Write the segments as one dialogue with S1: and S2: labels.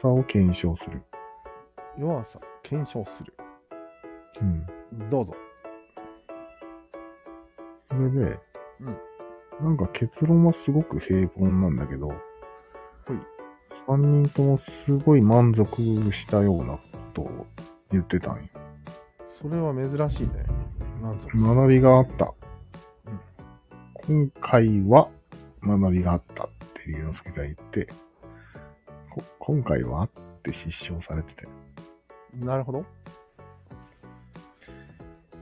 S1: さを検証する。
S2: 弱さ、検証する。
S1: うん。
S2: どうぞ。
S1: それで、なんか結論はすごく平凡なんだけど、三人ともすごい満足したようなことを言ってたんよ。
S2: それは珍しいね。満足。
S1: 学びがあった。今回は学びがあったって龍之介が言って、こ今回はって失笑されてて。
S2: なるほど。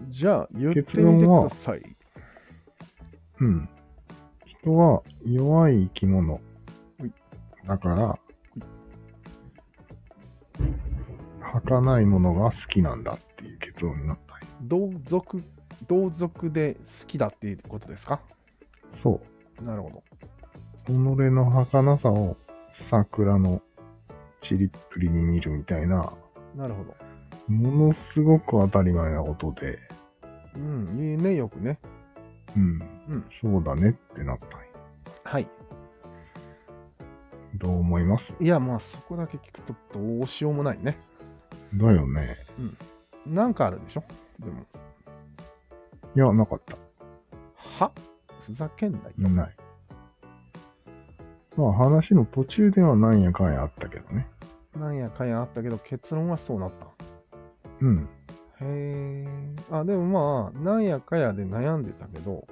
S2: じゃあ、言ってみてください。
S1: うん。人は弱い生き物
S2: い。
S1: だから、儚いものが好きなんだっていう結論になったんよ
S2: 同族、同族で好きだっていうことですか
S1: そう。
S2: なるほど。
S1: 己の儚さを桜の散りっぷりに見るみたいな、
S2: なるほど。
S1: ものすごく当たり前なことで、
S2: うん、いいね、よくね。
S1: うん、
S2: うん
S1: そうだねってなったんよ
S2: はい。
S1: どう思います
S2: いや、まあ、そこだけ聞くとどうしようもないね。
S1: だよね。
S2: なんかあるでしょでも、
S1: いや、なかった。
S2: はふざけんなよ。
S1: ない。まあ話の途中ではなんやかんやあったけどね。
S2: なんやかんやあったけど、結論はそうなった。
S1: うん。
S2: へえ。あ、でもまあ、なんやかやで悩んでたけど、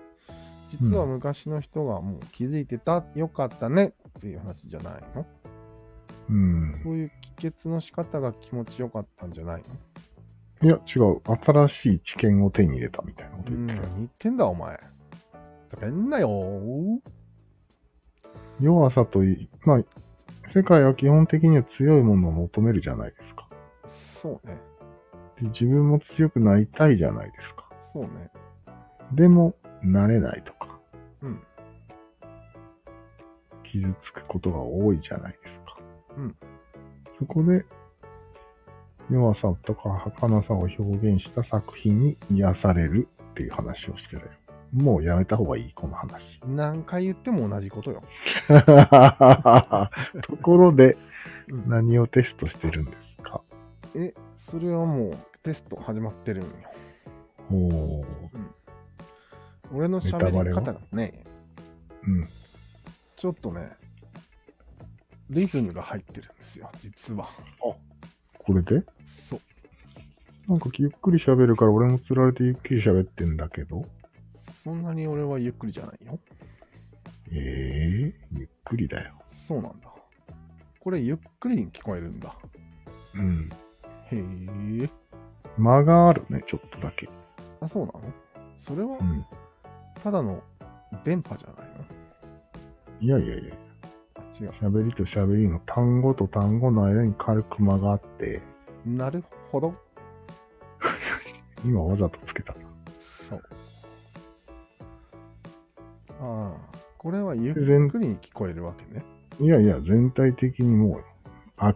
S2: 実は
S1: う
S2: 昔の人がもう気づいてた、よかったねっていう話じゃないの
S1: うん。
S2: そういう帰結の仕方が気持ちよかったんじゃないの
S1: いや、違う。新しい知見を手に入れたみたいなこと
S2: う
S1: 言
S2: ん、
S1: ってたよ。
S2: 何言ってんだお前。とか言んなよ
S1: 弱さといい、まあ、世界は基本的には強いものを求めるじゃないですか。
S2: そうね。
S1: で自分も強くなりたいじゃないですか。
S2: そうね。
S1: でも、なれないとか、
S2: うん。
S1: 傷つくことが多いじゃないですか。
S2: うん。
S1: そこで、弱さとか儚さを表現した作品に癒されるっていう話をしてたよ。もうやめた方がいい、この話。
S2: 何回言っても同じことよ。
S1: ところで、
S2: うん
S1: 何をテストしてるんですか
S2: え、それはもうテスト始まってるんよ。
S1: おー。
S2: 俺の
S1: ネタバ
S2: 喋
S1: レ
S2: り
S1: は
S2: 方がね、
S1: うん。
S2: ちょっとね、リズムが入ってるんですよ、実は。
S1: これで
S2: そう。
S1: なんかゆっくり喋るから俺も釣られてゆっくり喋ってんだけど。
S2: そんなに俺はゆっくりじゃないよ。
S1: ええゆっくりだよ。
S2: そうなんだ。これゆっくりに聞こえるんだ。
S1: うん。
S2: へえ。
S1: 間があるね、ちょっとだけ。
S2: あ、そうなのそれは
S1: うん。
S2: ただの電波じゃないの
S1: いやいやいや、
S2: あ、違う。
S1: 喋りと喋りの単語と単語の間に軽く間があって、
S2: なるほど。
S1: 今わざとつけた。
S2: そう。ああ、これはゆっ
S1: 全
S2: くりに聞こえるわけね。
S1: いやいや、全体的にもう、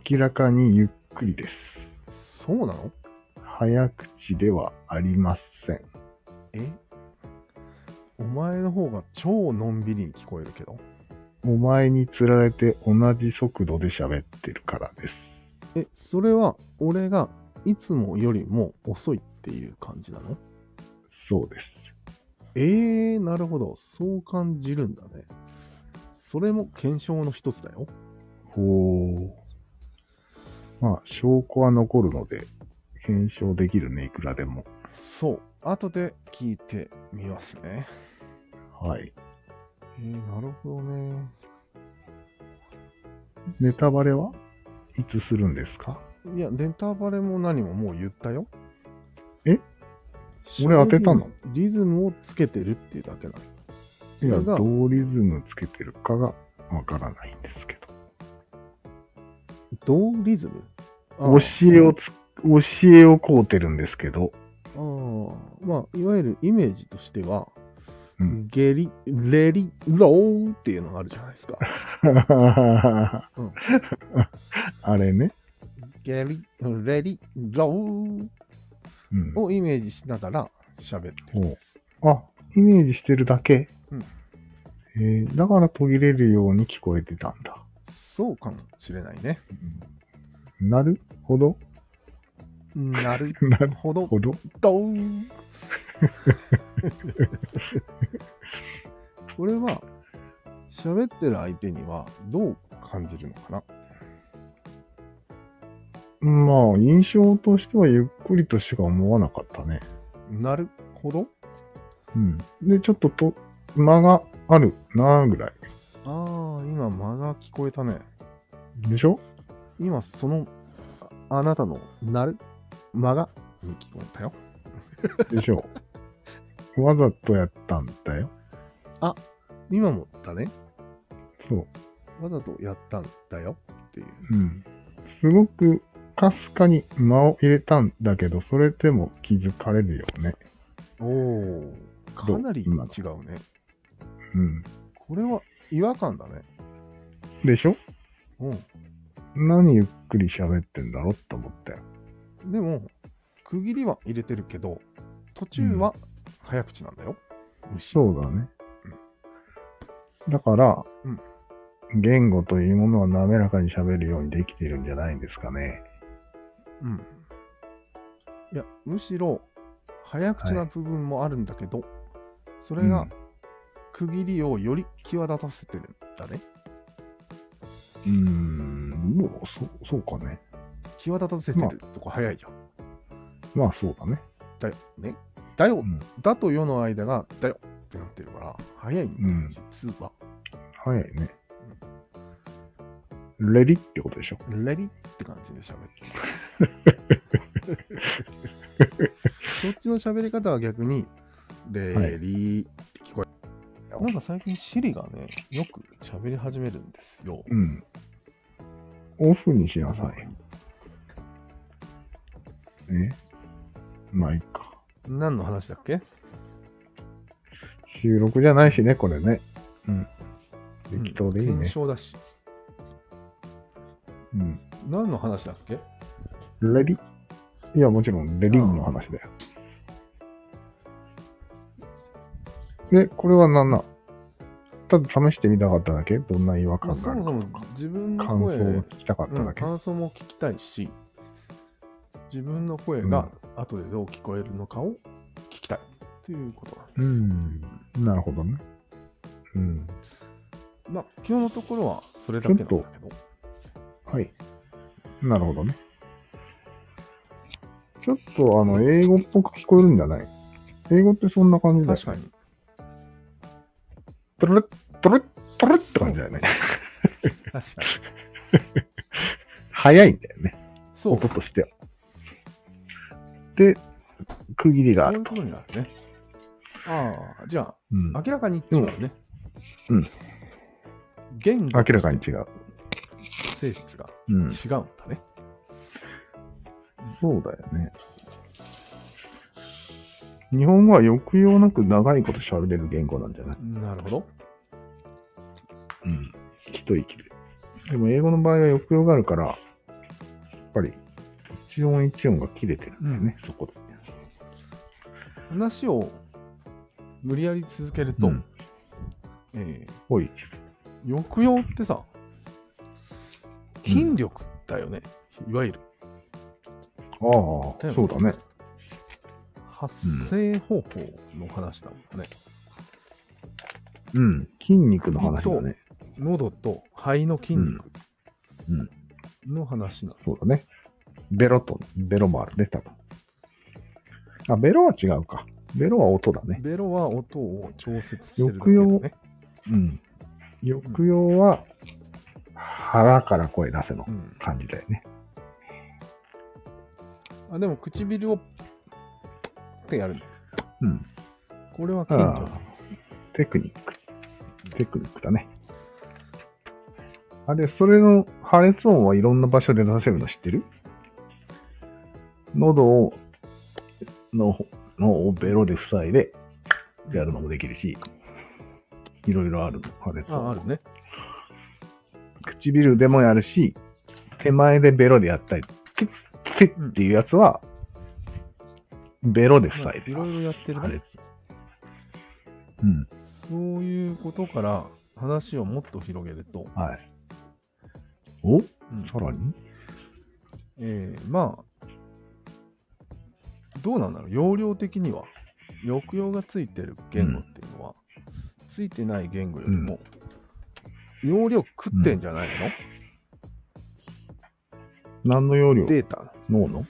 S1: 明らかにゆっくりです。
S2: そうなの
S1: 早口ではありません。
S2: えお前の方が超のんびりに聞こえるけど。
S1: お前に釣られて同じ速度で喋ってるからです。
S2: え、それは俺がいつもよりも遅いっていう感じなの
S1: そうです。
S2: えー、なるほど。そう感じるんだね。それも検証の一つだよ。
S1: ほう。まあ、証拠は残るので、検証できるね、いくらでも。
S2: そう。後で聞いてみますね。
S1: はい。
S2: えー、なるほどね。
S1: ネタバレはいつするんですか
S2: いや、ネタバレも何ももう言ったよ。
S1: え俺当てたの
S2: 喋りリズムをつけてるっていうだけなの。
S1: い
S2: そ
S1: や、ど
S2: れが
S1: うリズムつけてるかがわからないんですけど。
S2: どうリズムああ
S1: 教えをつ、教えをこうてるんですけど、
S2: ああまあ、いわゆるイメージとしては、
S1: うん
S2: ゲリ、レリ、ローっていうのがあるじゃないですか。 ん
S1: あれね、
S2: ゲリ、レリ、ロー
S1: うん。
S2: をイメージしながら喋ってるんです。
S1: あ、イメージしてるだけ。
S2: うん
S1: えーだから途切れるように聞こえてたんだ。
S2: そうかもしれないね。
S1: なるほど
S2: なる
S1: なる
S2: ほど。
S1: ほど
S2: ドーンこれは、喋ってる相手にはどう感じるのかな
S1: まあ、印象としてはゆっくりとしか思わなかったね。
S2: なるほど。
S1: うん。で、ちょっとと、間があるなぁぐらい。
S2: ああ、今間が聞こえたね。
S1: でしょ
S2: 今そのああなたのなる間がに聞こえたよ。
S1: でしょわざとやったんだよ。
S2: 今もだね。
S1: そう。
S2: わざとやったんだよっていう。
S1: うん。すごく、かすかに間を入れたんだけど、それでも気づかれるよね。
S2: おお、かなり違うね。
S1: うん。
S2: これは違和感だね。
S1: でしょ
S2: う
S1: 何ゆっくり喋ってんだろって思ったよ。
S2: ん。でも、区切りは入れてるけど、途中は早口なんだよ。むしろ。
S1: そうだね。だから、言語というものは滑らかに喋るようにできているんじゃないんですかね。
S2: うん。いや、むしろ、早口な部分もあるんだけど、それ
S1: う
S2: が
S1: ん
S2: 区切りをより際立たせてるんだね。
S1: うーん、もう、そう、そうかね。
S2: 際立たせてるとこ早いじゃん。
S1: まあそうだね。
S2: だよ、ね。だよ、
S1: ん
S2: だと世の間が、だよってなってるから、早いんだよ、
S1: うん
S2: 実は。
S1: 早いね。レディってことでしょ。
S2: レディって感じで喋ってます。そっちの喋り方は逆に、レ
S1: はい
S2: ディって聞こえる。なんか最近シリがね、よく喋り始めるんですよ。
S1: うん。オフにしなさい。えまあいいか。
S2: 何の話だっけ
S1: 収録じゃないしね、これね。うん。適当でいい
S2: 検
S1: ね。
S2: 証だし。
S1: うん。
S2: 何の話だっけ
S1: レディいや、もちろん、レディンの話だよ。で、これは何なただ試してみたかっただけどんな違和
S2: まあ
S1: 感
S2: そ
S1: がある
S2: も
S1: か
S2: そも自分の
S1: 感想
S2: 声、
S1: を聞きたかった
S2: うん
S1: だけ。
S2: 感想も聞きたいし、自分の声が後でどう聞こえるのかを聞きたいということなんです
S1: う
S2: よ。
S1: ん。なるほどね。うん。
S2: まあ、今日のところはそれだけなんだけ
S1: ちょ
S2: ど
S1: っ、はい。なるほどね。ちょっと、あの、英語っぽく聞こえるんじゃない英語ってそんな感じだよね
S2: 確かに。
S1: トロレッ、トロレッ、トロレッって感じだよね。
S2: 確かに。
S1: 早いんだよね。
S2: そう、
S1: 音としては。で、区切りが
S2: そ
S1: あ
S2: うい
S1: る
S2: う
S1: と
S2: こ。とになるね。ああ、じゃ
S1: うん
S2: あ、明らかに違うね。
S1: うん。
S2: 言語
S1: 明
S2: と
S1: ら
S2: し
S1: かに
S2: て
S1: 違う。
S2: 性質が
S1: うん。
S2: 違うんだね。
S1: そうだよね。日本語は抑揚なく長いこと喋れる言語なんじゃない
S2: なるほど。
S1: うん。一息で。でも英語の場合は抑揚があるから、やっぱり一音一音が切れてるんだよね、そこで。
S2: 話を無理やり続けると、
S1: うん
S2: えー
S1: ほい。
S2: 抑揚ってさ、筋力だよね。いわゆる
S1: ああ、そうだね。
S2: 発声方法の話だもんね。
S1: うん。筋肉の話だね。
S2: 喉と肺の筋肉
S1: うん
S2: の話なの。
S1: そうだね。ベロと、ベロもあるね、多分。あ、ベロは違うか。ベロは音だね。
S2: ベロは音を調節してるだけだね。
S1: うん。抑揚は腹から声出せの
S2: うん
S1: 感じだよね。
S2: あでも唇をってやるの。
S1: うん。
S2: これは筋
S1: あ
S2: 力。
S1: あ、テクニック。テクニックだね。あれ、それの破裂音はいろんな場所で出せるの知ってる喉を、の、のをベロで塞いでやるのもできるし、いろいろあるの破裂
S2: あ
S1: 音。
S2: あるね。
S1: 唇でもやるし、手前でベロでやったり、キュッキュッっていうやつは、ベロで
S2: まあ
S1: 塞いで
S2: いろいろやってる
S1: 破
S2: ね。
S1: 裂。うん。
S2: そういうことから話をもっと広げると、
S1: はい。お
S2: うん
S1: さらに
S2: えーまあ、どうなんだろう、容量的には、抑揚がついてる言語っていうのは、ついてない言語よりも、容量食ってんじゃないの、
S1: 何の容量
S2: データ、脳の。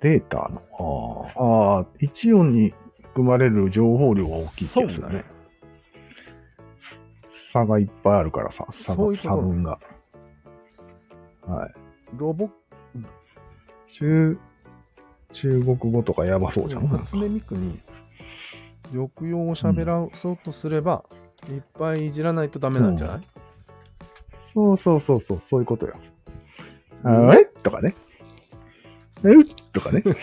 S1: データの。ああ。ああ、一音に含まれる情報量が大きい気
S2: そう
S1: がする
S2: だね。。
S1: 差がいっぱいあるからさ、差
S2: そう
S1: が
S2: いうこと
S1: 差分が。はい。
S2: ロボ
S1: 中、中国語とかやばそうじゃん。
S2: 初音ミクに抑揚を喋らそうとすれば、いっぱいいじらないとダメなんじゃない
S1: そうそうそうそう、そういうことよ。あえとかね。えとかね。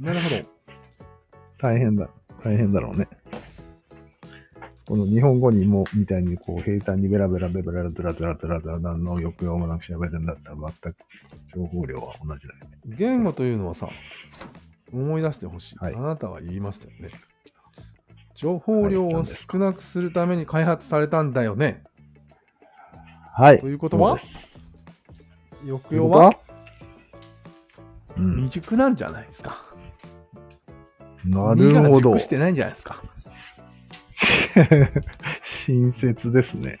S2: なるほど。
S1: 大変だ。大変だろうね。この日本語にも、みたいに、こう、平坦にベラベラベラベラベラベラベラベラ何の抑揚もなく喋るんだったら、全く情報量は同じだよね。
S2: 言語というのはさ、思い出してほしい,、
S1: はい
S2: あなたは言いましたよね。情報量を少なくするために開発されたんだよね。
S1: はい
S2: と。いうことは
S1: そ、
S2: 抑揚は
S1: うん
S2: 未。熟なんじゃないですか。
S1: なるほ
S2: 未
S1: ど
S2: 熟。してないんじゃないですか。
S1: 親切ですね。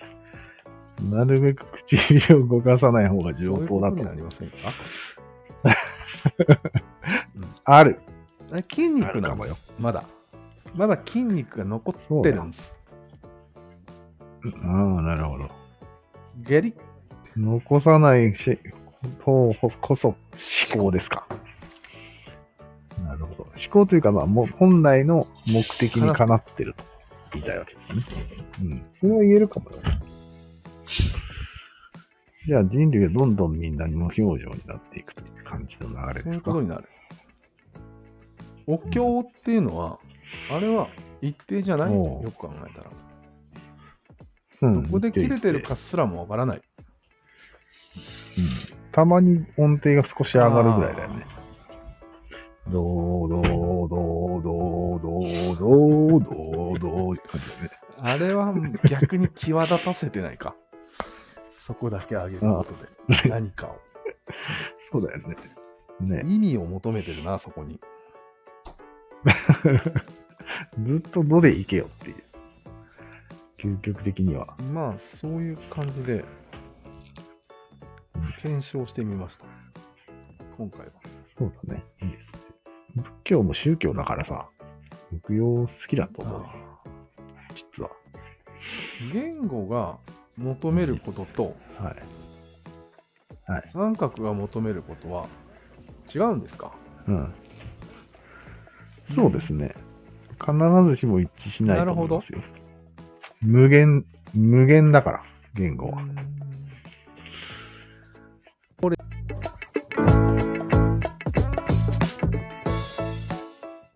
S1: なるべく唇を動かさない方が
S2: そう
S1: 上
S2: いう
S1: 等
S2: こ
S1: だ
S2: と
S1: と
S2: に
S1: 思
S2: な
S1: う
S2: りませんか
S1: ある。
S2: あれ筋肉なのよ、まだ。まだ筋肉が残ってるんです。
S1: ああ、なるほど。
S2: ゲリ
S1: 残さないし、ことこそ思考ですか。なるほど。思考というか、まあ、もう本来の目的にかなってると言いたいわけですね。うん。それは言えるかもだね。じゃあ人類がどんどんみんな無表情になっていくという感じの流れですか。
S2: そういうことになる。お経っていうのは、あれは一定じゃない
S1: お
S2: よ
S1: う
S2: く考えたら。
S1: うん
S2: どこで切れてるかすらもわからない。
S1: うんたまに音程が少し上がるぐらいだよね。どーどーどーどーどーどーどーどーって感じだよね。
S2: あれは逆に際立たせてないか。 そこだけ上げること で何かを。
S1: そうだよね。ね
S2: 意味を求めてるな、そこに。
S1: ずっとどで行けよっていう。究極的には。
S2: まあ、そういう感じで検証してみました。今回は。
S1: そうだね。いいですね。仏教も宗教だからさ、仏教好きだと思うよ、実は。
S2: 言語が求めることと
S1: はい。
S2: 三角が求めることは違うんですか
S1: うん。そうですね。必ずしも一致しないと思いますよ。無限、無限だから、言語は。
S2: うん